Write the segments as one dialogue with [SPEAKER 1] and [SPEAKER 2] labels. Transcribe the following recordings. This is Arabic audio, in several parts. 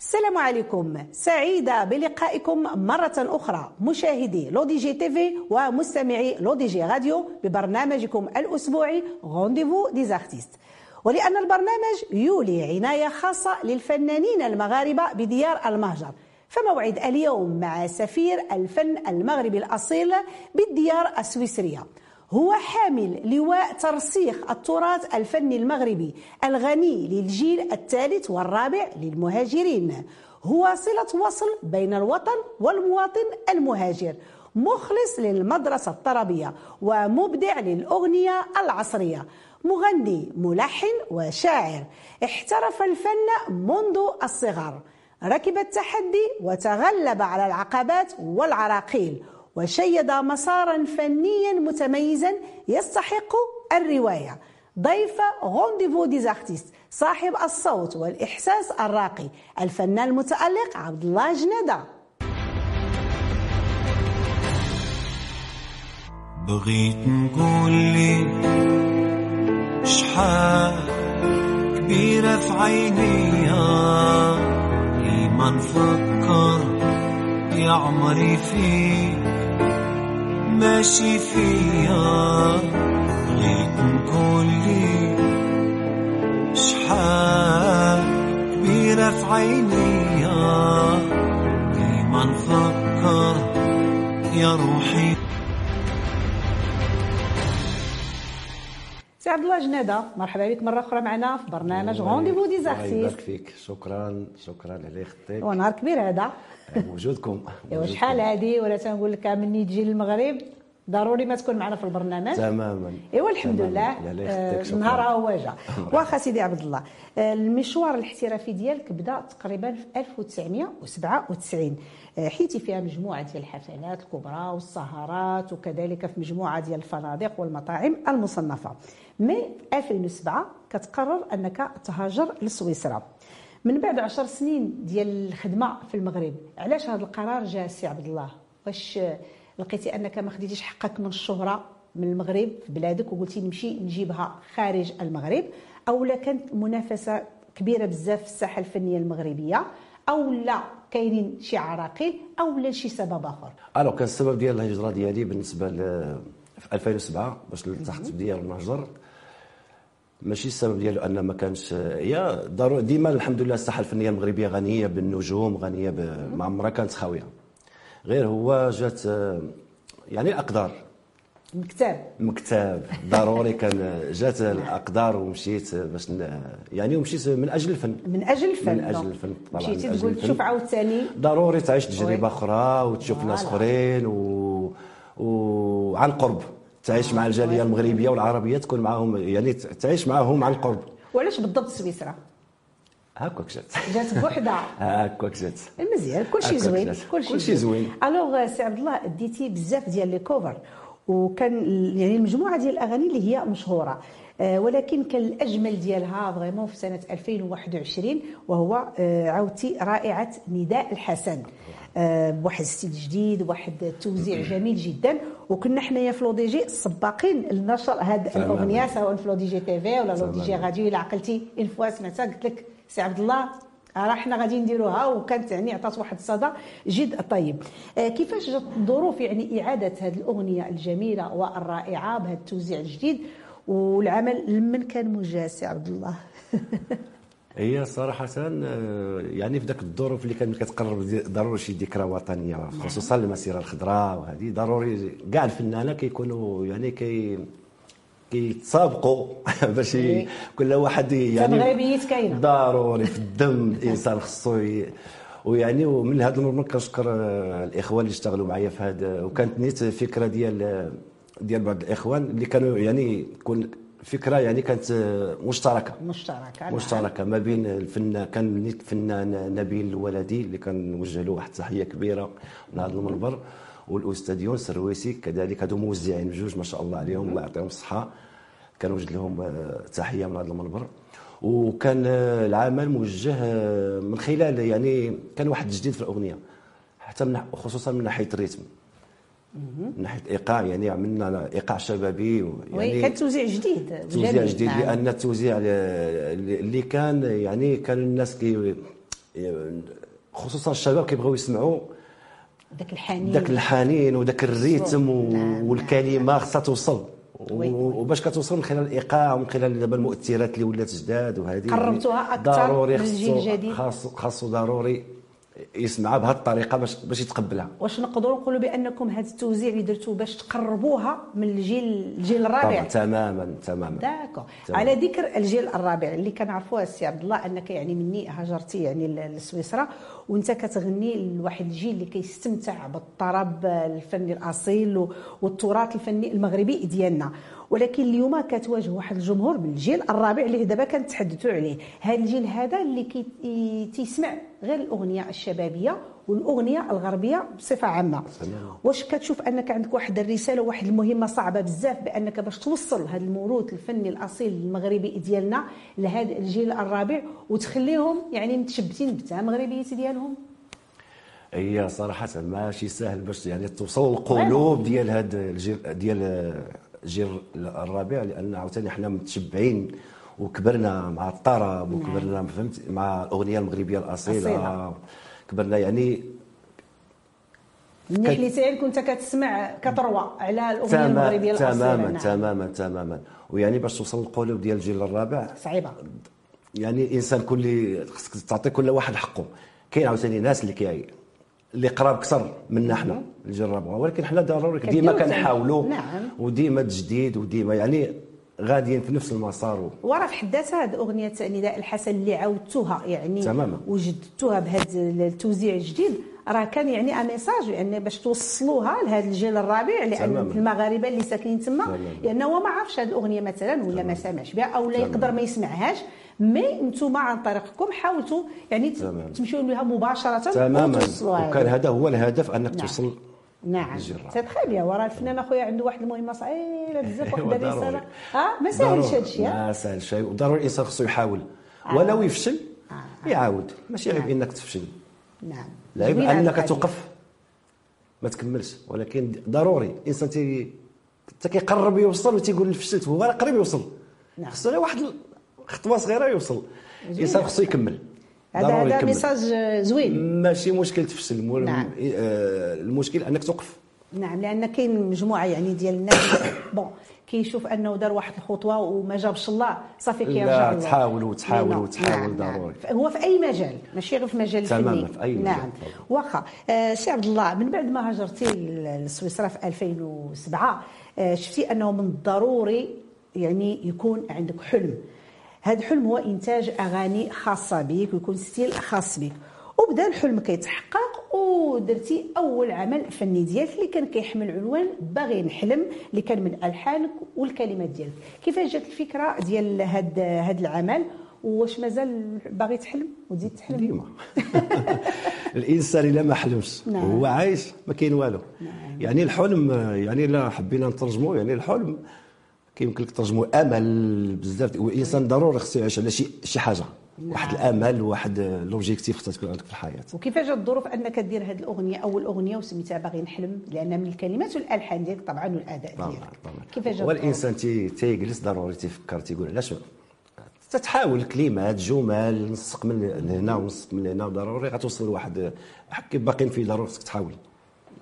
[SPEAKER 1] السلام عليكم سعيدة بلقائكم مرة أخرى مشاهدي لودي جي تيفي ومستمعي لودي جي راديو ببرنامجكم الأسبوعي رونديفو ديز ارتيست ولأن البرنامج يولي عناية خاصة للفنانين المغاربة بديار المهجر فموعد اليوم مع سفير الفن المغربي الأصيل بالديار السويسرية هو حامل لواء ترسيخ التراث الفني المغربي الغني للجيل الثالث والرابع للمهاجرين هو صلة وصل بين الوطن والمواطن المهاجر مخلص للمدرسة الطربية ومبدع للأغنية العصرية مغني ملحن وشاعر احترف الفن منذ الصغر ركب التحدي وتغلب على العقبات والعراقيل وشيد مسارا فنيا متميزا يستحق الروايه ضيف رونديفو ديز ارتيست صاحب الصوت والاحساس الراقي الفنان المتالق عبد الله جناده
[SPEAKER 2] بغيت نقول لي شحال كبيرة في عينيا كيما نفكر يا عمري فيك ماشي فيا بغيت نقول لي شحال كبيرة في عينيا ديما نفكر يا روحي
[SPEAKER 1] سي عبد الله جناده مرحبا بك مره اخرى معنا في برنامج رونديفو ديز
[SPEAKER 3] الله يبارك
[SPEAKER 1] ارتيست
[SPEAKER 3] طيب، فيك شكرا شكرا على خطيك
[SPEAKER 1] ونهار كبير هذا
[SPEAKER 3] وجودكم
[SPEAKER 1] ايوا
[SPEAKER 3] وجودكم.
[SPEAKER 1] شحال هادي ولا تنقول لك مني تجي للمغرب ضروري ما تكون معنا في البرنامج
[SPEAKER 3] تماما
[SPEAKER 1] ايوا الحمد
[SPEAKER 3] تماماً.
[SPEAKER 1] إيه، لله
[SPEAKER 3] الله
[SPEAKER 1] آه،
[SPEAKER 3] يخليك، شكراً.
[SPEAKER 1] النهار ها هو جا
[SPEAKER 3] مرحبا.
[SPEAKER 1] واخا سيدي عبد الله آه، المشوار الاحترافي ديالك بدا تقريبا في 1997 آه، حيتي فيها مجموعه ديال الحفلات الكبرى والسهرات وكذلك في مجموعه ديال الفنادق والمطاعم المصنفه مي 2007 كتقرر انك تهاجر لسويسرا من بعد عشر سنين ديال الخدمه في المغرب علاش هذا القرار جا سي عبد الله واش آه، لقيتي انك ما خديتيش حقك من الشهره من المغرب في بلادك وقلتي نمشي نجيبها خارج المغرب او لا كانت منافسه كبيره بزاف في الساحه الفنيه المغربيه او لا كاينين شي عراقيل او لا شي سبب اخر
[SPEAKER 3] الو كان السبب ديال الهجره ديالي بالنسبه ل في 2007 باش التحقت بديار المهجر ماشي السبب ديالو ان ما كانش يا ضروري ديما الحمد لله الساحه الفنيه المغربيه غنيه بالنجوم غنيه ب... ما عمرها كانت خاويه غير هو جات آه، يعني الاقدار
[SPEAKER 1] المكتب
[SPEAKER 3] مكتاب ضروري كان جات الاقدار ومشيت باش ن- يعني ومشيت من اجل الفن
[SPEAKER 1] من اجل الفن
[SPEAKER 3] من أجل
[SPEAKER 1] دونك.
[SPEAKER 3] الفن، طبعاً
[SPEAKER 1] مشيتي
[SPEAKER 3] من أجل
[SPEAKER 1] تقول
[SPEAKER 3] الفن.
[SPEAKER 1] تشوف عاوتاني
[SPEAKER 3] ضروري تعيش تجربه
[SPEAKER 1] وي.
[SPEAKER 3] اخرى وتشوف ناس
[SPEAKER 1] فوالا.
[SPEAKER 3] اخرين و... وعن قرب تعيش مع الجاليه المغربيه والعربيه تكون معاهم يعني ت- تعيش معاهم عن قرب
[SPEAKER 1] وعلاش بالضبط سويسرا
[SPEAKER 3] هاكوك جات
[SPEAKER 1] جات بوحدها
[SPEAKER 3] هاكوك جات
[SPEAKER 1] مزيان كلشي
[SPEAKER 3] هاكا
[SPEAKER 1] زوين
[SPEAKER 3] كلشي- كلشي زوين.
[SPEAKER 1] الوغ سي عبد الله ديتي بزاف ديال لي كوفر وكان ال- يعني المجموعه ديال الاغاني اللي هي مشهوره آه، ولكن كان الاجمل ديالها فريمون في سنه 2021 وهو آه، عاودتي رائعه نداء الحسن آه، بواحد الستيل جديد واحد التوزيع جميل جدا وكنا حنايا في لو دي جي السباقين لنشر هذه
[SPEAKER 3] تماماً.
[SPEAKER 1] الاغنيه سواء في لو دي جي تي في ولا لو دي جي
[SPEAKER 3] تماماً.
[SPEAKER 1] غادي الا عقلتي اون فوا سمعتها قلت لك سي عبد الله راه حنا غادي نديروها وكانت يعني عطات واحد الصدى جد طيب آه، كيفاش جات الظروف يعني اعاده هذه الاغنيه الجميله والرائعه بهذا التوزيع الجديد والعمل لمن كان موجه سي عبد الله
[SPEAKER 3] هي صراحة آه، يعني في ذاك الظروف اللي كانت كتقرب دي- ضروري شي ذكرى وطنية خصوصا المسيرة الخضراء وهذه ضروري كاع الفنانة كيكونوا يعني كي كيتسابقوا باش ي- كل واحد ي- يعني
[SPEAKER 1] تمغربيات كاينة.
[SPEAKER 3] ضروري في الدم الانسان خصو ي- ويعني ومن هذا المنبر كنشكر آه، الاخوان اللي اشتغلوا معايا في هذا وكانت نيت فكره ديال آه، ديال بعض الاخوان اللي كانوا يعني تكون فكره يعني كانت آه، مشتركه
[SPEAKER 1] مشتركه
[SPEAKER 3] مشتركه ما بين الفنان كان نيت الفنان نبيل الولدي اللي كنوجه له واحد التحيه كبيره من هذا المنبر والاستاذ يونس الرويسي كذلك هذو موزعين بجوج ما شاء الله عليهم الله يعطيهم الصحه كنوجد لهم آه، تحيه من هذا المنبر وكان آه، العمل موجه آه، من خلال يعني كان واحد جديد في الاغنيه حتى من خصوصا من ناحيه الريتم من ناحيه الايقاع يعني عملنا ايقاع شبابي و-
[SPEAKER 1] وي
[SPEAKER 3] يعني
[SPEAKER 1] كان توزيع جديد
[SPEAKER 3] توزيع
[SPEAKER 1] جميل،
[SPEAKER 3] جديد
[SPEAKER 1] نعم.
[SPEAKER 3] لان التوزيع اللي اللي كان يعني كان الناس كي خصوصا الشباب كيبغيو يسمعوا
[SPEAKER 1] داك الحنين
[SPEAKER 3] داك الحنين وداك الريتم و-
[SPEAKER 1] نعم،
[SPEAKER 3] والكلمه خاصها توصل
[SPEAKER 1] وي.
[SPEAKER 3] و- وباش كتوصل من خلال الايقاع ومن خلال دابا المؤثرات اللي ولات جداد وهذه
[SPEAKER 1] قربتوها أكثر
[SPEAKER 3] ضروري
[SPEAKER 1] للجيل
[SPEAKER 3] خصو-
[SPEAKER 1] الجديد.
[SPEAKER 3] خاصو خاصو ضروري يسمعها بهذه الطريقه باش باش يتقبلها
[SPEAKER 1] واش نقدروا نقولوا بانكم هذا التوزيع اللي درتوه باش تقربوها من الجيل الجيل
[SPEAKER 3] طبعا
[SPEAKER 1] الرابع
[SPEAKER 3] تماما تماما
[SPEAKER 1] داكو
[SPEAKER 3] تمام.
[SPEAKER 1] على ذكر الجيل الرابع اللي كنعرفوه السي عبد الله انك يعني مني هاجرتي يعني ل- لسويسرا وانت كتغني لواحد الجيل اللي كيستمتع بالطرب الفني الاصيل و- والتراث الفني المغربي ديالنا ولكن اليوم كتواجه واحد الجمهور من الجيل الرابع اللي دابا كنتحدثوا عليه هذا الجيل هذا اللي كي ي- تيسمع غير الاغنيه الشبابيه والاغنيه الغربيه بصفه عامه
[SPEAKER 3] تمام.
[SPEAKER 1] واش كتشوف انك عندك واحد الرساله واحد المهمه صعبه بزاف بانك باش توصل هذا الموروث الفني الاصيل المغربي ديالنا لهذا الجيل الرابع وتخليهم يعني متشبتين بتاع مغربيه ديالهم
[SPEAKER 3] هي صراحة ماشي سهل باش يعني توصل القلوب ديال هاد الجيل ديال الجيل الرابع لأن عاوتاني حنا متشبعين وكبرنا مع الطرب وكبرنا فهمت مع الأغنية المغربية الأصيلة
[SPEAKER 1] نعم. أصيلة.
[SPEAKER 3] كبرنا يعني
[SPEAKER 1] من
[SPEAKER 3] كت-
[SPEAKER 1] حليتي عينك وانت كتسمع كتروى على الاغنيه المغربيه الاصيله
[SPEAKER 3] تماما
[SPEAKER 1] نعم.
[SPEAKER 3] تماما تماما ويعني باش توصل القلوب ديال الجيل الرابع
[SPEAKER 1] صعيبه
[SPEAKER 3] يعني الانسان كل خصك تعطي كل واحد حقه كاين عاوتاني ناس اللي كي اللي قراب اكثر منا حنا اللي جربوها ولكن حنا ضروري
[SPEAKER 1] كديروا
[SPEAKER 3] ديما
[SPEAKER 1] التعب.
[SPEAKER 3] كنحاولوا
[SPEAKER 1] نعم.
[SPEAKER 3] وديما تجديد وديما يعني غاديين في نفس المسار و-
[SPEAKER 1] وراه في حد ذاتها هاد اغنيه نداء الحسن اللي عاودتوها يعني
[SPEAKER 3] تماما.
[SPEAKER 1] وجدتوها بهذا التوزيع الجديد راه كان يعني ان ميساج يعني باش توصلوها لهذا الجيل الرابع لان
[SPEAKER 3] تماما.
[SPEAKER 1] المغاربه اللي ساكنين تما
[SPEAKER 3] تماما.
[SPEAKER 1] لانه هو ما عرفش هذه الاغنيه مثلا ولا ما سمعش بها او لا
[SPEAKER 3] تماما.
[SPEAKER 1] يقدر ما يسمعهاش مي نتوما عن طريقكم حاولتوا يعني ت-
[SPEAKER 3] تماما.
[SPEAKER 1] تمشيو لها مباشره
[SPEAKER 3] تماما
[SPEAKER 1] وتوصلوها
[SPEAKER 3] وكان
[SPEAKER 1] لها.
[SPEAKER 3] هذا هو الهدف انك
[SPEAKER 1] نعم.
[SPEAKER 3] توصل
[SPEAKER 1] نعم
[SPEAKER 3] الجيل الرابع.
[SPEAKER 1] سي تخي بيان وراه الفنان اخويا عنده واحد المهمه صعيبه بزاف واحد
[SPEAKER 3] إيوا ضروري.
[SPEAKER 1] الرساله اه ما ساهلش
[SPEAKER 3] ضروري.
[SPEAKER 1] هذا الشيء آه.
[SPEAKER 3] ما ساهل شيء وضروري الانسان خصو يحاول ولو يفشل
[SPEAKER 1] آه.
[SPEAKER 3] يعاود ماشي عيب انك تفشل
[SPEAKER 1] نعم
[SPEAKER 3] العيب
[SPEAKER 1] جميل هذا
[SPEAKER 3] انك
[SPEAKER 1] الحديث.
[SPEAKER 3] توقف ما تكملش ولكن ضروري الانسان تي حتى كيقرب يوصل وتيقول فشلت هو راه قريب يوصل
[SPEAKER 1] نعم.
[SPEAKER 3] خصو غير واحد خطوه صغيره يوصل الانسان خصو يكمل
[SPEAKER 1] هذا
[SPEAKER 3] ضروري
[SPEAKER 1] هذا
[SPEAKER 3] نعم، يكمل.
[SPEAKER 1] ميساج زوين
[SPEAKER 3] ماشي مشكل تفشل المو-
[SPEAKER 1] نعم.
[SPEAKER 3] آه، المشكل انك توقف
[SPEAKER 1] نعم لان كاين مجموعه يعني ديال الناس بون كيشوف انه دار واحد الخطوه وما جابش الله صافي كيرجع
[SPEAKER 3] لا،
[SPEAKER 1] لله.
[SPEAKER 3] تحاولوا- تحاولوا-
[SPEAKER 1] نعم،
[SPEAKER 3] تحاولوا
[SPEAKER 1] نعم،
[SPEAKER 3] ضروري.
[SPEAKER 1] نعم. هو في اي مجال ماشي غير في مجال الفني
[SPEAKER 3] تماماً، في أي مجال،
[SPEAKER 1] نعم
[SPEAKER 3] طبعاً.
[SPEAKER 1] واخا آه، سي عبد الله من بعد ما هاجرتي ل- لسويسرا في 2007 آه، شفتي انه من الضروري يعني يكون عندك حلم هذا الحلم هو انتاج اغاني خاصه بك ويكون ستيل خاص بك وبدا الحلم كيتحقق ودرتي اول عمل فني ديالك اللي كان كيحمل عنوان باغي نحلم اللي كان من الحانك والكلمات ديالك كيفاش جات الفكره ديال هاد هاد العمل واش مازال باغي تحلم وتزيد تحلم
[SPEAKER 3] ديما نعم. الانسان الا ما حلمش
[SPEAKER 1] نعم.
[SPEAKER 3] هو عايش ما كاين والو يعني الحلم آه، يعني الا حبينا نترجموا يعني الحلم كيمكن لك ترجموا امل بزاف والانسان ضروري خصو يعيش على شي شي حاجه واحد الامل واحد آه، لوبجيكتيف خصها تكون عندك في الحياه
[SPEAKER 1] وكيفاش جات الظروف انك دير هذه الاغنيه اول اغنيه وسميتها باغي نحلم لان من الكلمات والالحان ديالك طبعا والاداء
[SPEAKER 3] طبعا
[SPEAKER 1] ديالك
[SPEAKER 3] طبعا
[SPEAKER 1] كيفاش جات
[SPEAKER 3] هو
[SPEAKER 1] الظروف؟
[SPEAKER 3] الانسان تي- تيجلس ضروري تيفكر تيقول علاش تتحاول كلمات جمل نسق من هنا ونسق من هنا ضروري غتوصل لواحد حكي باقيين فيه ضروري خصك تحاول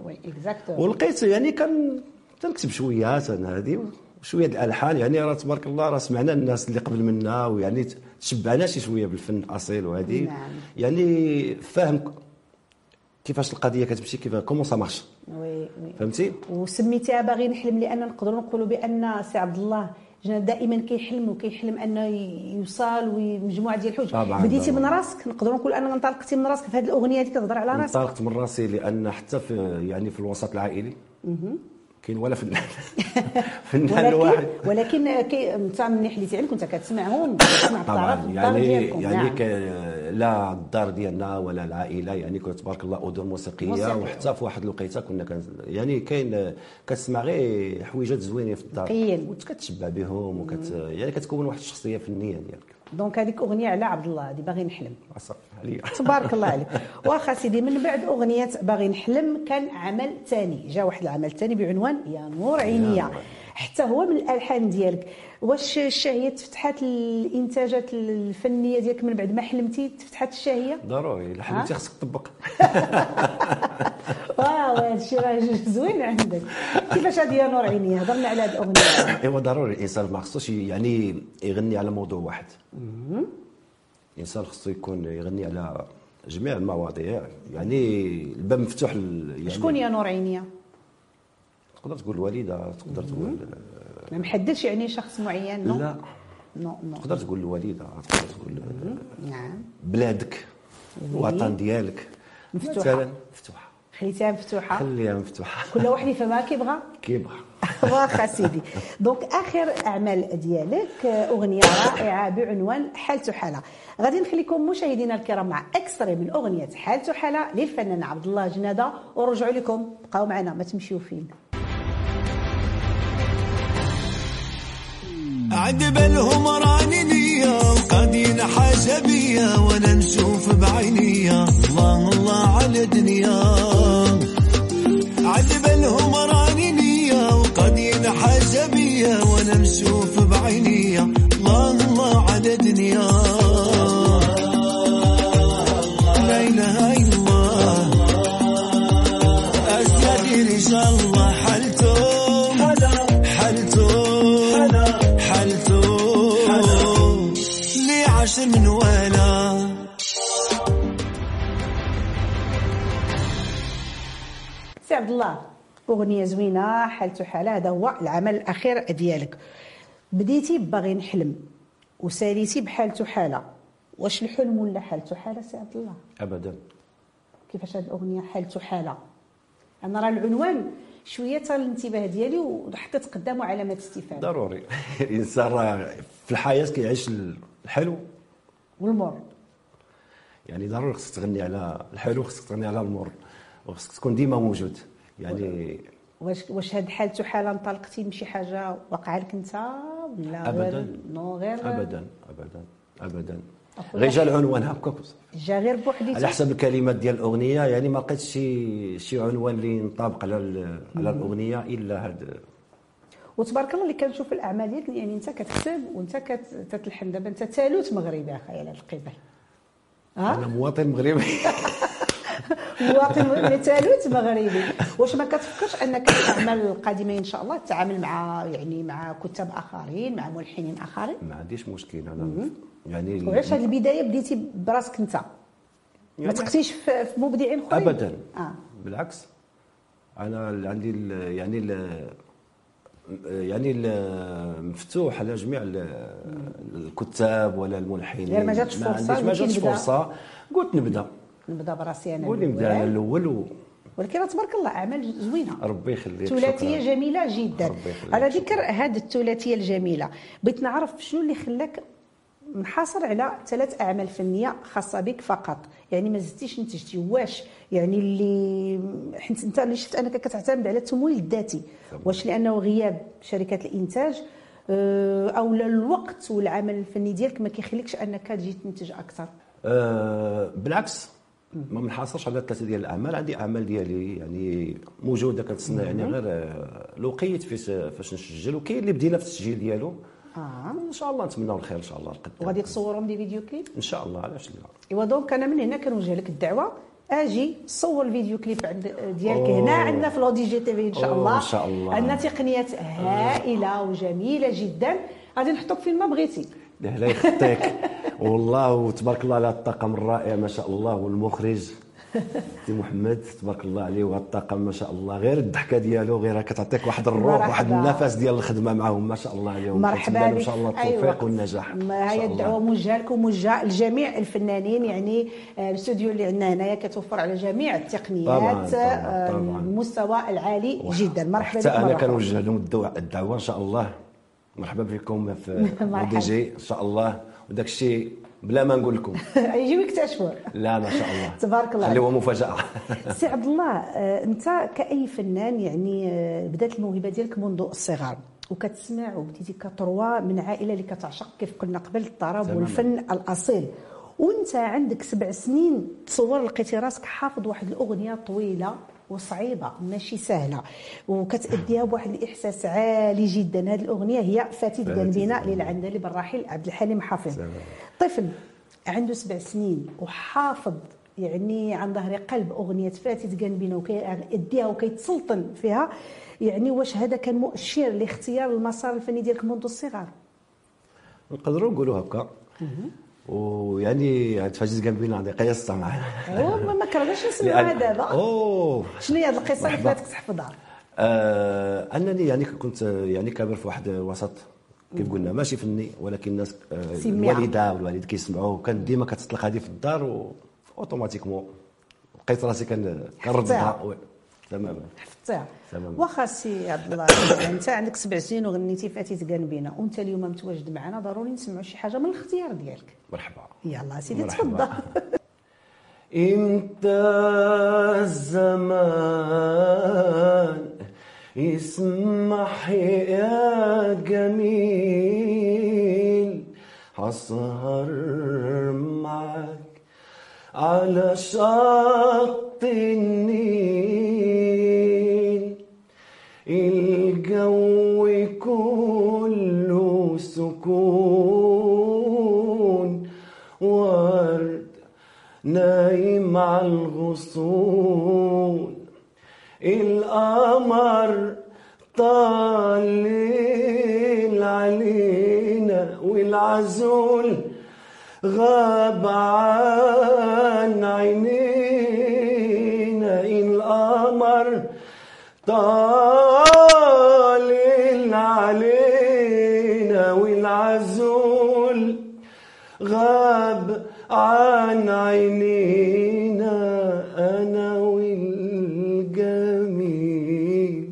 [SPEAKER 1] وي اكزاكتومون
[SPEAKER 3] ولقيت يعني كان تنكتب شويه تن هذه شويه د الالحان يعني راه تبارك الله راه سمعنا الناس اللي قبل منا ويعني ت- تشبعنا شي شويه بالفن الاصيل وهذه
[SPEAKER 1] نعم.
[SPEAKER 3] يعني فاهم ك- كيفاش القضيه كتمشي كيف كومون سا مارش
[SPEAKER 1] وي وي
[SPEAKER 3] فهمتي
[SPEAKER 1] وسميتها باغي نحلم لان نقدروا نقولوا بان سي عبد الله جنا دائما كيحلم وكيحلم انه ي- يوصل ومجموعه ديال الحوايج
[SPEAKER 3] طبعاً،
[SPEAKER 1] بديتي من
[SPEAKER 3] طبعاً.
[SPEAKER 1] راسك نقدروا نقول انك انطلقتي من راسك في هذه الاغنيه اللي كتهضر على راسك
[SPEAKER 3] انطلقت من راسي لان حتى في يعني في الوسط العائلي كاين ولا فنان فنان الواحد
[SPEAKER 1] ولكن ولكن كي انت من حليتي عليك كنت كتسمعهم كتسمع الطرف
[SPEAKER 3] طبعا
[SPEAKER 1] الطرف
[SPEAKER 3] يعني
[SPEAKER 1] ديالكم
[SPEAKER 3] يعني
[SPEAKER 1] نعم.
[SPEAKER 3] ك... لا الدار ديالنا ولا العائله يعني كنا تبارك الله ادر موسيقيه
[SPEAKER 1] موسيقية.
[SPEAKER 3] وحتى في واحد الوقيته كنا كان يعني كاين كتسمع غير حويجات زوينين في الدار
[SPEAKER 1] نقيين.
[SPEAKER 3] وكتشبع بهم وكت يعني كتكون واحد الشخصيه فنيه ديالك
[SPEAKER 1] دونك هذيك اغنيه على عبد الله هذه باغي نحلم
[SPEAKER 3] عصر عليا
[SPEAKER 1] تبارك الله عليك واخا سيدي من بعد اغنيه باغي نحلم كان عمل ثاني جا واحد العمل ثاني بعنوان يا نور عينيا
[SPEAKER 3] نور.
[SPEAKER 1] حتى هو من الالحان ديالك واش الشهيه تفتحات الانتاجات الفنيه ديالك من بعد ما حلمتي تفتحات الشهيه
[SPEAKER 3] ضروري الا حبيتي خصك تطبق
[SPEAKER 1] واو هذا الشيء راه زوين عندك كيفاش هذه يا نور عينيا هضرنا على هذه الاغنيه
[SPEAKER 3] ايوا ضروري الانسان ما خصوش يعني يغني على موضوع واحد الانسان خصو يكون يغني على جميع المواضيع يعني الباب مفتوح لل- يعني
[SPEAKER 1] شكون يا نور عينيا
[SPEAKER 3] تقدر تقول الوالده تقدر تقول
[SPEAKER 1] ما محددش يعني شخص معين نو
[SPEAKER 3] لا
[SPEAKER 1] نو نو
[SPEAKER 3] تقدر تقول الوالده تقدر تقول
[SPEAKER 1] نعم
[SPEAKER 3] بلادك الوطن ديالك
[SPEAKER 1] مفتوحة.
[SPEAKER 3] مثلا مفتوحه
[SPEAKER 1] خليتيها مفتوحه
[SPEAKER 3] خليها مفتوحه
[SPEAKER 1] كل واحد يفهم ما كيبغى
[SPEAKER 3] كيبغى
[SPEAKER 1] واخا سيدي دونك اخر اعمال ديالك اغنيه رائعه بعنوان حالة حاله غادي نخليكم مشاهدينا الكرام مع اكستري من اغنيه حالة حاله للفنان عبد الله جناده ونرجعوا لكم بقاو معنا ما تمشيو فين
[SPEAKER 2] عدبلهم راني ليا وقاعدين حسبية وانا نشوف بعينيا الله الله على دنيا عدبلهم راني ليا وقاعدين حسبية وانا نشوف بعينيا الله الله على دنيا لا اله الا الله أسيادي رجال الله حلتم حلتم حلتم لي عشر من ولا
[SPEAKER 1] سي عبد الله اغنيه زوينه حالة حاله هذا هو العمل الاخير ديالك بديتي باغي نحلم وساليتي بحالة حاله واش الحلم ولا حالة حاله سي عبد الله
[SPEAKER 3] ابدا
[SPEAKER 1] كيفاش هاد الاغنيه حالته حاله انا راه العنوان شويه تال الانتباه ديالي وحطيت قدامه علامه استفهام
[SPEAKER 3] ضروري الانسان راه في الحياه كيعيش الحلو
[SPEAKER 1] والمر
[SPEAKER 3] يعني ضروري خصك تغني على الحلو خصك تغني على المر وخصك تكون ديما موجود يعني
[SPEAKER 1] واش واش هاد حالته حاله انطلقتي من شي حاجه وقع لك انت ولا غير
[SPEAKER 3] أبداً.
[SPEAKER 1] نو غير
[SPEAKER 3] ابدا ابدا ابدا
[SPEAKER 1] أقول
[SPEAKER 3] غير
[SPEAKER 1] لك-
[SPEAKER 3] جا العنوان هكاك
[SPEAKER 1] جا غير
[SPEAKER 3] على
[SPEAKER 1] بوحديتك
[SPEAKER 3] حسب الكلمات ديال الاغنيه يعني ما لقيتش شي شي عنوان اللي ينطابق على ال- على الاغنيه الا هاد
[SPEAKER 1] وتبارك الله اللي كنشوف الاعمال ديالك يعني انت كتكتب وانت كت- تتلحن دابا انت ثالوث مغربي اخي على القبل
[SPEAKER 3] انا مواطن مغربي
[SPEAKER 1] مواطن مغربي ثالوث مغربي واش ما كتفكرش انك في الاعمال القادمه ان شاء الله تتعامل مع يعني مع كتاب اخرين مع ملحنين اخرين
[SPEAKER 3] ما عنديش مشكل انا يعني ال-
[SPEAKER 1] وعلاش هذه البدايه بديتي براسك انت ما
[SPEAKER 3] يعني-
[SPEAKER 1] تقتيش في في مبدعين اخرين
[SPEAKER 3] ابدا
[SPEAKER 1] اه
[SPEAKER 3] بالعكس انا ال- عندي ال- يعني ال يعني ال- مفتوح على جميع ال- الكتاب ولا الملحنين
[SPEAKER 1] غير يعني ما جاتش فرصة
[SPEAKER 3] عنديش- ما
[SPEAKER 1] ولكن
[SPEAKER 3] جاتش
[SPEAKER 1] بدأ.
[SPEAKER 3] فرصه قلت نبدا
[SPEAKER 1] نبدا براسي انا
[SPEAKER 3] قلت نبدا انا
[SPEAKER 1] الأول.
[SPEAKER 3] الاول
[SPEAKER 1] ولكن راه تبارك الله اعمال زوينه
[SPEAKER 3] ربي يخليك
[SPEAKER 1] ثلاثيه
[SPEAKER 3] شكراً.
[SPEAKER 1] جميله جدا
[SPEAKER 3] ربي يخليك،
[SPEAKER 1] على ذكر هذه الثلاثيه الجميله بغيت نعرف شنو اللي خلاك منحصر على ثلاث اعمال فنيه خاصه بك فقط يعني ما زدتيش نتجتي واش يعني اللي حيت انت اللي شفت انك كتعتمد على التمويل الذاتي واش لانه غياب شركات الانتاج آه، او لا الوقت والعمل الفني ديالك ما كيخليكش انك تجي تنتج اكثر
[SPEAKER 3] آه، بالعكس ما منحصرش على ثلاثه ديال الاعمال عندي اعمال ديالي يعني موجوده كنتسنى يعني غير آه، الوقيت فاش فاش نسجل وكاين اللي بدينا في التسجيل ديالو
[SPEAKER 1] اه
[SPEAKER 3] ان شاء الله نتمناو الخير ان شاء الله القدام
[SPEAKER 1] وغادي تصورهم دي فيديو كليب
[SPEAKER 3] ان شاء الله علاش لا
[SPEAKER 1] ايوا دونك انا من هنا كنوجه لك الدعوه اجي صور الفيديو كليب عند ديالك
[SPEAKER 3] أوه.
[SPEAKER 1] هنا عندنا في لودي جي تي في ان شاء
[SPEAKER 3] أوه،
[SPEAKER 1] الله
[SPEAKER 3] إن شاء الله.
[SPEAKER 1] عندنا تقنيات هائله وجميله جدا غادي نحطوك فين ما بغيتي
[SPEAKER 3] الله يخطيك والله وتبارك الله على الطاقم الرائع ما شاء الله والمخرج سي محمد تبارك الله عليه وهذا الطاقم ما شاء الله غير الضحكه ديالو غير كتعطيك واحد الروح واحد
[SPEAKER 1] مرحبا.
[SPEAKER 3] النفس ديال الخدمه معاهم ما شاء الله عليهم
[SPEAKER 1] مرحبا
[SPEAKER 3] كنتمنى
[SPEAKER 1] بك أيوة.
[SPEAKER 3] ان شاء الله التوفيق والنجاح إن
[SPEAKER 1] ما
[SPEAKER 3] شاء
[SPEAKER 1] هي
[SPEAKER 3] الله.
[SPEAKER 1] الدعوه موجهه لكم موجهه لجميع الفنانين يعني آه، الاستوديو اللي عندنا هنايا كتوفر على جميع
[SPEAKER 3] طبعاً،
[SPEAKER 1] التقنيات
[SPEAKER 3] طبعاً،
[SPEAKER 1] آه،
[SPEAKER 3] طبعاً.
[SPEAKER 1] المستوى العالي
[SPEAKER 3] وح-
[SPEAKER 1] جدا مرحبا
[SPEAKER 3] حتى
[SPEAKER 1] بك مرة
[SPEAKER 3] انا
[SPEAKER 1] أخرى.
[SPEAKER 3] كنوجه لهم الدعوة, الدعوه ان شاء الله مرحبا بكم في
[SPEAKER 1] مرحبا.
[SPEAKER 3] دي جي ان شاء الله وداك الشيء بلا ما نقول لكم
[SPEAKER 1] يجيو يكتشفوا
[SPEAKER 3] لا ما شاء الله
[SPEAKER 1] تبارك الله
[SPEAKER 3] خليوها مفاجاه
[SPEAKER 1] سي عبد الله آه، انت كاي فنان يعني آه، بدات الموهبه ديالك منذ الصغر وكتسمع وبديتي كتروى من عائله اللي كتعشق كيف قلنا قبل الطرب
[SPEAKER 3] تماماً.
[SPEAKER 1] والفن الاصيل وانت عندك سبع سنين تصور لقيتي راسك حافظ واحد الاغنيه طويله وصعيبه ماشي سهله وكتاديها بواحد الاحساس عالي جدا هذه الاغنيه هي فاتت
[SPEAKER 3] فاتت
[SPEAKER 1] جنبنا
[SPEAKER 3] جنبنا.
[SPEAKER 1] للعندلي بالراحل عبد الحليم حافظ
[SPEAKER 3] تمام.
[SPEAKER 1] طفل عنده سبع سنين وحافظ يعني عن ظهر قلب اغنيه فاتت جنبنا وكيديها وكيتسلطن فيها يعني واش هذا كان مؤشر لاختيار المسار الفني ديالك منذ الصغر
[SPEAKER 3] نقدروا نقولوا هكا ويعني تفاجئت جنبينا عندي قصه معاه
[SPEAKER 1] هو ما كرهناش نسمعوها
[SPEAKER 3] لأن-
[SPEAKER 1] دابا
[SPEAKER 3] اوه
[SPEAKER 1] شنو هي هذه القصه اللي
[SPEAKER 3] مرحبا.
[SPEAKER 1] بغاتك تحفظها
[SPEAKER 3] آه انني يعني كنت آه، يعني كابر في واحد الوسط كيف قلنا ماشي فني ولكن الناس آه،
[SPEAKER 1] سماعة.
[SPEAKER 3] الوالده والوالد كيسمعوه كانت ديما كتطلق هذه في الدار و- اوتوماتيكمون لقيت راسي كان كنردها وي، تماما
[SPEAKER 1] حفظتها
[SPEAKER 3] تمام.
[SPEAKER 1] واخا سي عبد الله انت عندك سبع سنين وغنيتي فاتت جنبنا وانت اليوم متواجد معنا ضروري نسمعوا شي حاجه من الاختيار ديالك
[SPEAKER 3] مرحبا
[SPEAKER 1] يلا سيدي
[SPEAKER 3] مرحبا.
[SPEAKER 1] تفضل
[SPEAKER 3] امتى الزمان يسمح يا جميل هسهر معك على شط النيل الجو كله سكون ورد نايم على الغصون القمر طالع علينا والعزول غاب عن عينينا القمر طالع علينا والعزول غاب عن عينينا أنا والجميل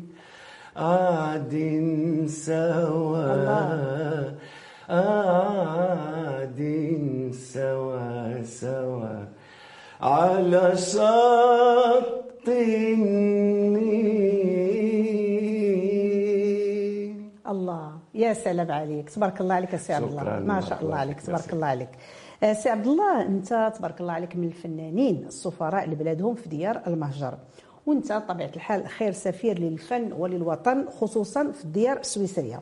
[SPEAKER 3] قاعدين سوا قاعدين سوا سوا على شط النيل
[SPEAKER 1] الله يا سلام عليك تبارك الله عليك سي عبد الله
[SPEAKER 3] شكراً،
[SPEAKER 1] ما شاء
[SPEAKER 3] بارك
[SPEAKER 1] الله
[SPEAKER 3] الله
[SPEAKER 1] عليك
[SPEAKER 3] فيك،
[SPEAKER 1] تبارك
[SPEAKER 3] ميرسي.
[SPEAKER 1] الله عليك آه، سي عبد الله انت تبارك الله عليك من الفنانين السفراء لبلادهم في ديار المهجر وانت طبيعه الحال خير سفير للفن وللوطن خصوصا في الديار السويسريه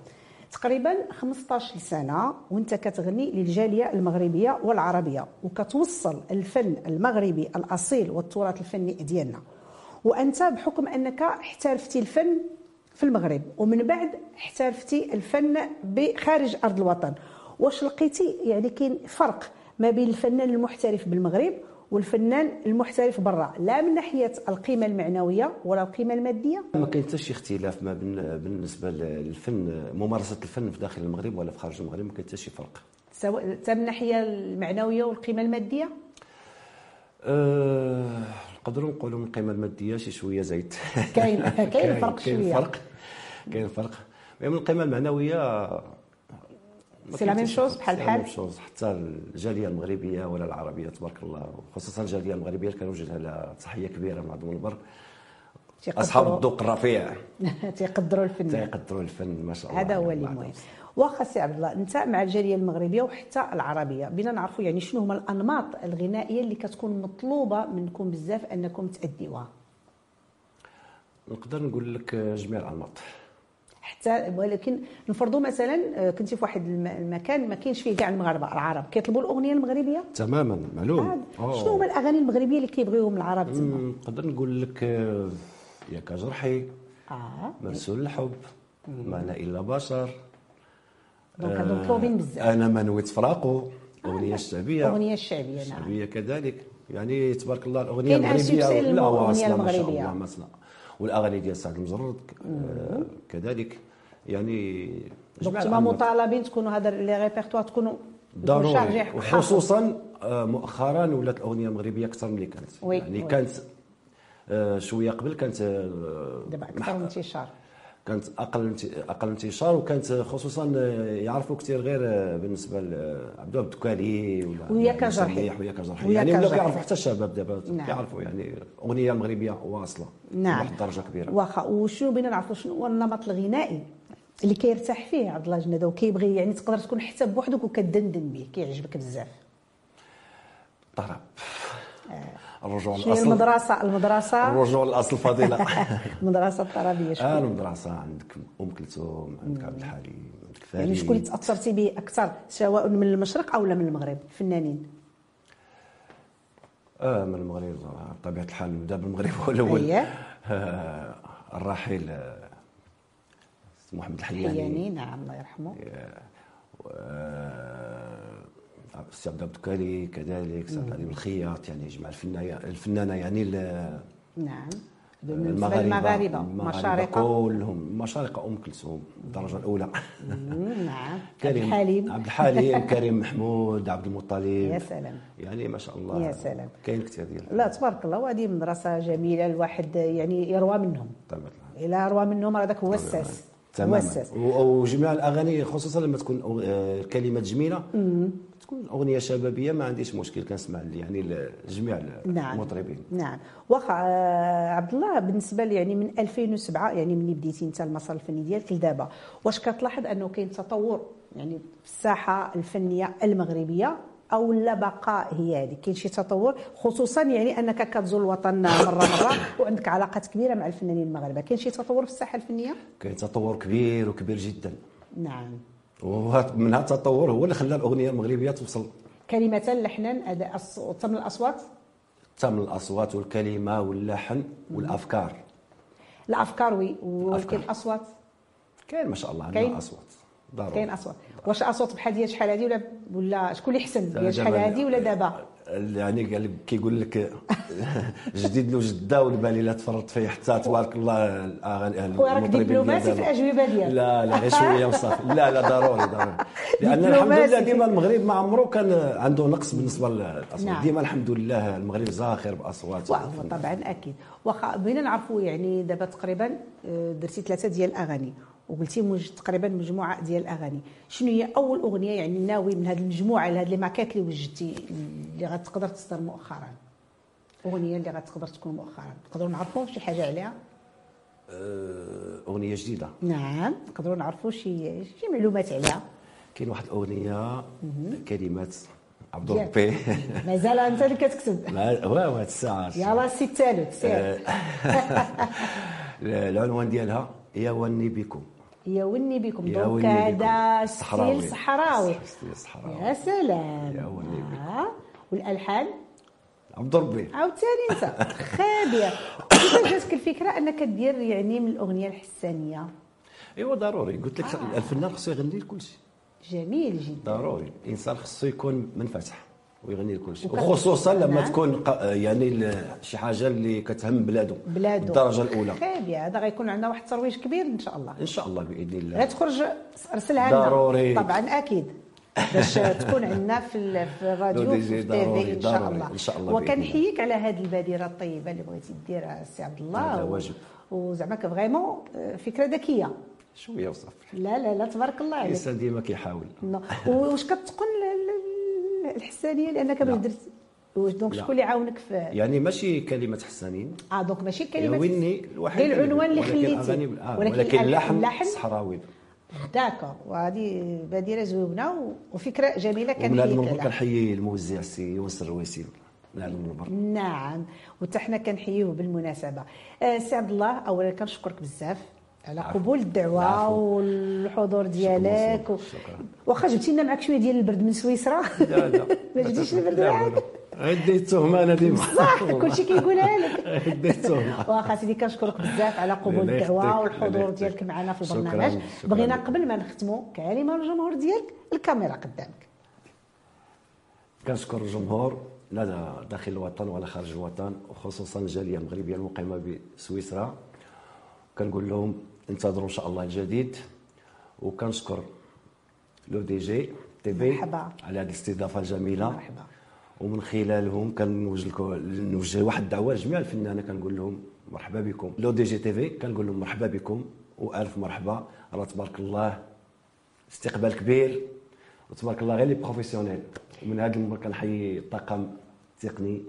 [SPEAKER 1] تقريبا 15 سنه وانت كتغني للجاليه المغربيه والعربيه وكتوصل الفن المغربي الاصيل والتراث الفني ديالنا وانت بحكم انك احترفتي الفن في المغرب ومن بعد احترفتي الفن بخارج ارض الوطن واش لقيتي يعني كاين فرق ما بين الفنان المحترف بالمغرب والفنان المحترف برا لا من ناحيه القيمه المعنويه ولا القيمه الماديه
[SPEAKER 3] ما كاين حتى شي اختلاف ما بين بالنسبه للفن ممارسه الفن في داخل المغرب ولا في خارج المغرب ما كاين حتى شي فرق
[SPEAKER 1] سواء حتى من الناحيه المعنويه والقيمه الماديه
[SPEAKER 3] أه، نقدروا نقولوا من القيمه الماديه شي شويه زايد
[SPEAKER 1] كاين- كاين فرق
[SPEAKER 3] كاين
[SPEAKER 1] شوية.
[SPEAKER 3] فرق كاين فرق يعني من القيمه المعنويه ما
[SPEAKER 1] سي لا
[SPEAKER 3] كاين
[SPEAKER 1] ميم
[SPEAKER 3] حتى شي
[SPEAKER 1] شوز
[SPEAKER 3] فرق.
[SPEAKER 1] بحال
[SPEAKER 3] سي لا ميم
[SPEAKER 1] بحال.
[SPEAKER 3] شوز حتى الجاليه المغربيه ولا العربيه تبارك الله خصوصا الجاليه المغربيه اللي كنوجه لها تحيه كبيره من هذا المنبر
[SPEAKER 1] تيقدروا-
[SPEAKER 3] اصحاب الذوق الرفيع
[SPEAKER 1] تيقدروا الفنان
[SPEAKER 3] تيقدروا الفن ما شاء الله
[SPEAKER 1] هذا هو
[SPEAKER 3] يعني
[SPEAKER 1] اللي
[SPEAKER 3] الله
[SPEAKER 1] مهم
[SPEAKER 3] يعطيك.
[SPEAKER 1] واخا سي عبد الله انت مع الجاليه المغربيه وحتى العربيه بينا نعرفوا يعني شنو هما الانماط الغنائيه اللي كتكون مطلوبه منكم بزاف انكم تاديوها
[SPEAKER 3] نقدر نقول لك جميع الانماط
[SPEAKER 1] حتى ولكن نفرضوا مثلا آه، كنتي في واحد الم- المكان ما كاينش فيه كاع المغاربه العرب كيطلبوا الاغنيه المغربيه
[SPEAKER 3] تماما معلوم
[SPEAKER 1] عاد شنو هما الاغاني المغربيه اللي كيبغيوهم العرب تما
[SPEAKER 3] مم، نقدر نقول لك آه، ياك جرحي
[SPEAKER 1] اه
[SPEAKER 3] مرسول الحب ما انا الا بشر
[SPEAKER 1] دونك
[SPEAKER 3] آه،
[SPEAKER 1] هادو مطلوبين بزاف آه،
[SPEAKER 3] انا ما نويت فراقه اغنيه الشعبيه
[SPEAKER 1] الاغنيه الشعبيه نعم
[SPEAKER 3] الشعبيه كذلك يعني تبارك الله الاغنيه
[SPEAKER 1] كاين
[SPEAKER 3] المغربيه
[SPEAKER 1] أن سوكسي
[SPEAKER 3] لا هو
[SPEAKER 1] للأغنية
[SPEAKER 3] اصلا ما شاء
[SPEAKER 1] المغربية.
[SPEAKER 3] الله ما أصلا. والاغاني ديال سعد المجرد ك- آه، كذلك يعني
[SPEAKER 1] دونك
[SPEAKER 3] جميع
[SPEAKER 1] نتوما
[SPEAKER 3] الأنماط.
[SPEAKER 1] مطالبين تكونوا هذا لي ريبيرتوار تكونوا تكونوا شارجين
[SPEAKER 3] ضروري
[SPEAKER 1] حق-
[SPEAKER 3] وخصوصا آه، مؤخرا ولات الاغنيه المغربيه اكثر من اللي كانت
[SPEAKER 1] وي،
[SPEAKER 3] يعني
[SPEAKER 1] وي.
[SPEAKER 3] كانت آه، شويه قبل كانت آه،
[SPEAKER 1] دابا
[SPEAKER 3] مح-
[SPEAKER 1] اكثر من انتشار
[SPEAKER 3] كانت اقل انت- اقل انتشار وكانت خصوصا يعرفوا كثير غير بالنسبه لعبد الوهاب الدكالي ولا
[SPEAKER 1] ويا
[SPEAKER 3] عبد
[SPEAKER 1] كجرحي.
[SPEAKER 3] المسيح ويا كجرحي
[SPEAKER 1] ويا
[SPEAKER 3] يعني ولاو
[SPEAKER 1] كجرحي.
[SPEAKER 3] كيعرفوا حتى الشباب دابا
[SPEAKER 1] نعم.
[SPEAKER 3] كيعرفوا يعني اغنيه مغربيه واصله
[SPEAKER 1] نعم
[SPEAKER 3] واحد الدرجه كبيره
[SPEAKER 1] واخا وشنو بينا نعرفوا شنو هو النمط الغنائي اللي كيرتاح فيه عبد الله جناده وكيبغي يعني تقدر تكون حتى بوحدك وكدندن به كيعجبك بزاف
[SPEAKER 3] الطرب
[SPEAKER 1] آه. شنو
[SPEAKER 3] الرجوع
[SPEAKER 1] هي
[SPEAKER 3] للاصل
[SPEAKER 1] المدرسه المدرسه
[SPEAKER 3] الرجوع للاصل فضيله
[SPEAKER 1] المدرسه الطربيه شكون
[SPEAKER 3] انا مدرسه عندك ام كلثوم عندك عبد الحليم عندك ثاني
[SPEAKER 1] يعني شكون اللي تاثرتي به اكثر سواء من المشرق او لا من المغرب فنانين
[SPEAKER 3] آه من المغرب آه، بطبيعه الحال نبدا بالمغرب هو الاول
[SPEAKER 1] أيه.
[SPEAKER 3] آه الرحيل آه، محمد الحلياني
[SPEAKER 1] حياني نعم الله يرحمه
[SPEAKER 3] آه، السي عبد الكالي كذلك سعد علي بالخياط يعني جمع الفنانه الفنانه يعني ال-
[SPEAKER 1] نعم بالنسبه
[SPEAKER 3] المغاربه
[SPEAKER 1] للمغاربه مشارقه
[SPEAKER 3] كلهم المشارقه ام كلثوم الدرجه الاولى
[SPEAKER 1] مم، نعم عبد
[SPEAKER 3] كريم
[SPEAKER 1] الحليم
[SPEAKER 3] عبد الحليم كريم محمود عبد المطلب
[SPEAKER 1] يا سلام.
[SPEAKER 3] يعني ما شاء الله
[SPEAKER 1] يا سلام.
[SPEAKER 3] كاين كثير ديال
[SPEAKER 1] لا تبارك الله وهذه مدرسه جميله الواحد يعني يروى منهم
[SPEAKER 3] طبعاً الحال.
[SPEAKER 1] الا روى منهم هذاك هو الساس هو
[SPEAKER 3] تماما
[SPEAKER 1] الساس
[SPEAKER 3] و- وجميع الاغاني خصوصا لما تكون أغ- آه، الكلمات جميله تكون اغنيه شبابيه ما عنديش مشكل كنسمع ل- يعني ل- جميع ال-
[SPEAKER 1] نعم
[SPEAKER 3] المطربين
[SPEAKER 1] نعم واخا آه، عبد الله بالنسبه لي يعني من 2007 يعني من بديتي انت المسار الفني ديالك لدابا واش كتلاحظ انه كاين تطور يعني في الساحه الفنيه المغربيه او لا بقاء هي هذه كاين شي تطور خصوصا يعني انك كتزور الوطن مره مره وعندك علاقات كبيره مع الفنانين المغاربه كاين شي تطور في الساحه الفنيه
[SPEAKER 3] كاين تطور كبير وكبير جدا
[SPEAKER 1] نعم
[SPEAKER 3] ومن هذا التطور هو اللي خلى الاغنيه المغربيه توصل
[SPEAKER 1] كلمه اللحنان اداء الصوت تم الاصوات
[SPEAKER 3] تم الاصوات والكلمه واللحن والافكار
[SPEAKER 1] الافكار وي ولكن
[SPEAKER 3] أفكار.
[SPEAKER 1] الاصوات
[SPEAKER 3] كاين ما شاء الله
[SPEAKER 1] كاين.
[SPEAKER 3] عندنا اصوات ضروري
[SPEAKER 1] كاين اصوات واش اصوات بحال ديال شحال هذه ولا ولا شكون اللي حسن ديال شحال هذه ولا دابا
[SPEAKER 3] يعني قال لك- كيقول لك جديد له جده والبالي لا تفرط فيه حتى تبارك الله آه، يعني الاغاني
[SPEAKER 1] وراك
[SPEAKER 3] المطربين ديال
[SPEAKER 1] دبلوماسي في
[SPEAKER 3] دابا.
[SPEAKER 1] الأجوبة ديالك.
[SPEAKER 3] لا لا غير شويه وصافي لا لا ضروري ضروري لان الحمد لله
[SPEAKER 1] دبلوماسي.
[SPEAKER 3] ديما المغرب ما عمره كان عنده نقص بالنسبه للاصوات
[SPEAKER 1] نعم.
[SPEAKER 3] ديما الحمد لله المغرب زاخر باصوات
[SPEAKER 1] وهو طبعا اكيد واخا بغينا نعرفوا يعني دابا تقريبا آه، درتي ثلاثه ديال الاغاني وقلتي مج... تقريبا مجموعه ديال الاغاني شنو هي اول اغنيه يعني ناوي من هذه المجموعه لهاد لي ماكات اللي وجدتي اللي غتقدر تصدر مؤخرا اغنيه اللي غتقدر تكون مؤخرا نقدروا نعرفوا شي حاجه عليها
[SPEAKER 3] اغنيه جديده
[SPEAKER 1] نعم نقدروا نعرفوا شي شي معلومات عليها
[SPEAKER 3] كاين واحد الاغنيه كلمات عبد
[SPEAKER 1] يا.
[SPEAKER 3] الربي
[SPEAKER 1] مازال انت اللي كتكتب
[SPEAKER 3] ما- واه هاد الساعه
[SPEAKER 1] يلا سي الثالث سير
[SPEAKER 3] العنوان ديالها يا وني بكم
[SPEAKER 1] يا وني بكم
[SPEAKER 3] يا
[SPEAKER 1] دونك
[SPEAKER 3] وني
[SPEAKER 1] هذا
[SPEAKER 3] بكم.
[SPEAKER 1] ستيل صحراوي
[SPEAKER 3] ستيل
[SPEAKER 1] يا
[SPEAKER 3] صحراوي
[SPEAKER 1] سلام
[SPEAKER 3] يا وني بكم.
[SPEAKER 1] آه. والالحان
[SPEAKER 3] عبد ربي
[SPEAKER 1] عاوتاني انت خابير كيفاش جاتك الفكره انك دير يعني من الاغنيه الحسانيه
[SPEAKER 3] ايوا أيوة، ضروري قلت
[SPEAKER 1] آه.
[SPEAKER 3] لك الفنان خصو يغني لكل شيء
[SPEAKER 1] جميل جدا
[SPEAKER 3] ضروري الانسان خصو يكون منفتح ويغني لكل شيء
[SPEAKER 1] وكت-
[SPEAKER 3] وخصوصا لما
[SPEAKER 1] نعم.
[SPEAKER 3] تكون ق- يعني ال- شي حاجه اللي كتهم بلادو
[SPEAKER 1] بلادو
[SPEAKER 3] الدرجه الاولى
[SPEAKER 1] خابير هذا غيكون عندنا واحد الترويج كبير ان شاء الله
[SPEAKER 3] ان شاء الله باذن الله
[SPEAKER 1] غتخرج ارسلها لنا
[SPEAKER 3] ضروري.
[SPEAKER 1] طبعا اكيد باش تكون عندنا في ال- في الراديو
[SPEAKER 3] دي
[SPEAKER 1] في
[SPEAKER 3] جي
[SPEAKER 1] التي
[SPEAKER 3] ضروري،
[SPEAKER 1] في ان شاء
[SPEAKER 3] ضروري.
[SPEAKER 1] الله
[SPEAKER 3] إن شاء الله بإذن
[SPEAKER 1] وكنحييك على هذه البادره الطيبه اللي بغيتي ديرها سي عبد الله
[SPEAKER 3] هذا
[SPEAKER 1] و-
[SPEAKER 3] واجب.
[SPEAKER 1] وزعما فريمون فكره ذكيه
[SPEAKER 3] شويه وصافي
[SPEAKER 1] لا لا لا تبارك الله عليك
[SPEAKER 3] الانسان ديما كيحاول
[SPEAKER 1] نو. واش كتقن ال- ال- الحسانيه لانك باش
[SPEAKER 3] لا.
[SPEAKER 1] درت واش دونك
[SPEAKER 3] لا.
[SPEAKER 1] شكون اللي عاونك في
[SPEAKER 3] يعني ماشي كلمه حسانين
[SPEAKER 1] اه دونك ماشي كلمه
[SPEAKER 3] يا ويني الوحيد
[SPEAKER 1] ديال العنوان اللي
[SPEAKER 3] ولكن
[SPEAKER 1] خليتي
[SPEAKER 3] أغاني بال- آه، ولكن اللحن صحراوي
[SPEAKER 1] داكور وهذه بادره زوينه و- وفكره جميله
[SPEAKER 3] ومن هذا المنبر
[SPEAKER 1] كنحييك عليها
[SPEAKER 3] كنحيي الموزع سي يونس الرويسي من هذا المنبر
[SPEAKER 1] نعم وحتى حنا كنحييوه بالمناسبه آه، سي عبد الله اولا كنشكرك بزاف على
[SPEAKER 3] العفو.
[SPEAKER 1] قبول الدعوه
[SPEAKER 3] العفو.
[SPEAKER 1] والحضور ديالك و...
[SPEAKER 3] شكراً.
[SPEAKER 1] واخا جبتي لنا معك شويه ديال البرد من سويسرا
[SPEAKER 3] لا لا
[SPEAKER 1] ما جبتيش البرد معاك
[SPEAKER 3] عندي التهمه انا ديما
[SPEAKER 1] صح كلشي كيقولها لك
[SPEAKER 3] عندي التهمه
[SPEAKER 1] واخا سيدي كنشكرك بزاف على قبول
[SPEAKER 3] الله
[SPEAKER 1] الدعوه
[SPEAKER 3] يخليك، الله
[SPEAKER 1] والحضور
[SPEAKER 3] يخليك.
[SPEAKER 1] ديالك معنا في
[SPEAKER 3] شكراً،
[SPEAKER 1] البرنامج
[SPEAKER 3] شكراً.
[SPEAKER 1] بغينا قبل ما نختموا كلمه للجمهور ديالك الكاميرا قدامك
[SPEAKER 3] كنشكر الجمهور لا داخل الوطن ولا خارج الوطن وخصوصا الجاليه المغربيه المقيمه بسويسرا كنقول لهم انتظروا ان شاء الله الجديد وكنشكر لو دي جي تي بي
[SPEAKER 1] مرحبا.
[SPEAKER 3] على هذه الاستضافه الجميله
[SPEAKER 1] مرحبا.
[SPEAKER 3] ومن خلالهم كنوجه لكم نوجه واحد الدعوه لجميع الفنانه كنقول لهم مرحبا بكم لو دي جي تي في كنقول لهم مرحبا بكم والف مرحبا راه تبارك الله استقبال كبير وتبارك الله غير لي بروفيسيونيل ومن هذا المنبر كنحيي الطاقم التقني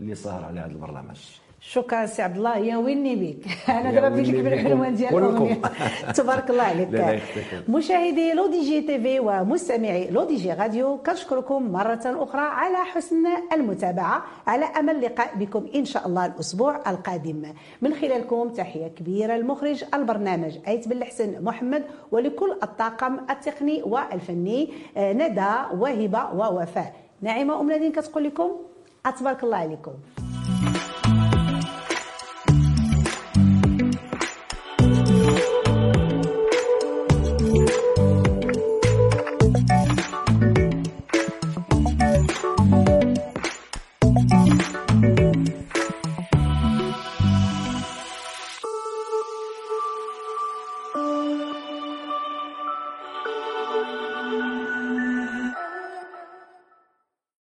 [SPEAKER 3] اللي سهر على هذا البرنامج
[SPEAKER 1] شكرا سي عبد الله يا ويني بك انا
[SPEAKER 3] يا
[SPEAKER 1] دابا بديت لك
[SPEAKER 3] ويلي بكم
[SPEAKER 1] بالعنوان ديال
[SPEAKER 3] كلكم.
[SPEAKER 1] الاغنيه تبارك الله
[SPEAKER 3] لا، لا
[SPEAKER 1] عليك
[SPEAKER 3] يختلف.
[SPEAKER 1] مشاهدي لو دي جي تي في ومستمعي لو دي جي راديو كنشكركم مره اخرى على حسن المتابعه على امل لقاء بكم ان شاء الله الاسبوع القادم من خلالكم تحيه كبيره لمخرج البرنامج ايت بن الحسن محمد ولكل الطاقم التقني والفني آه، ندى وهبه ووفاء نعيمه ام نادين كتقول لكم تبارك الله عليكم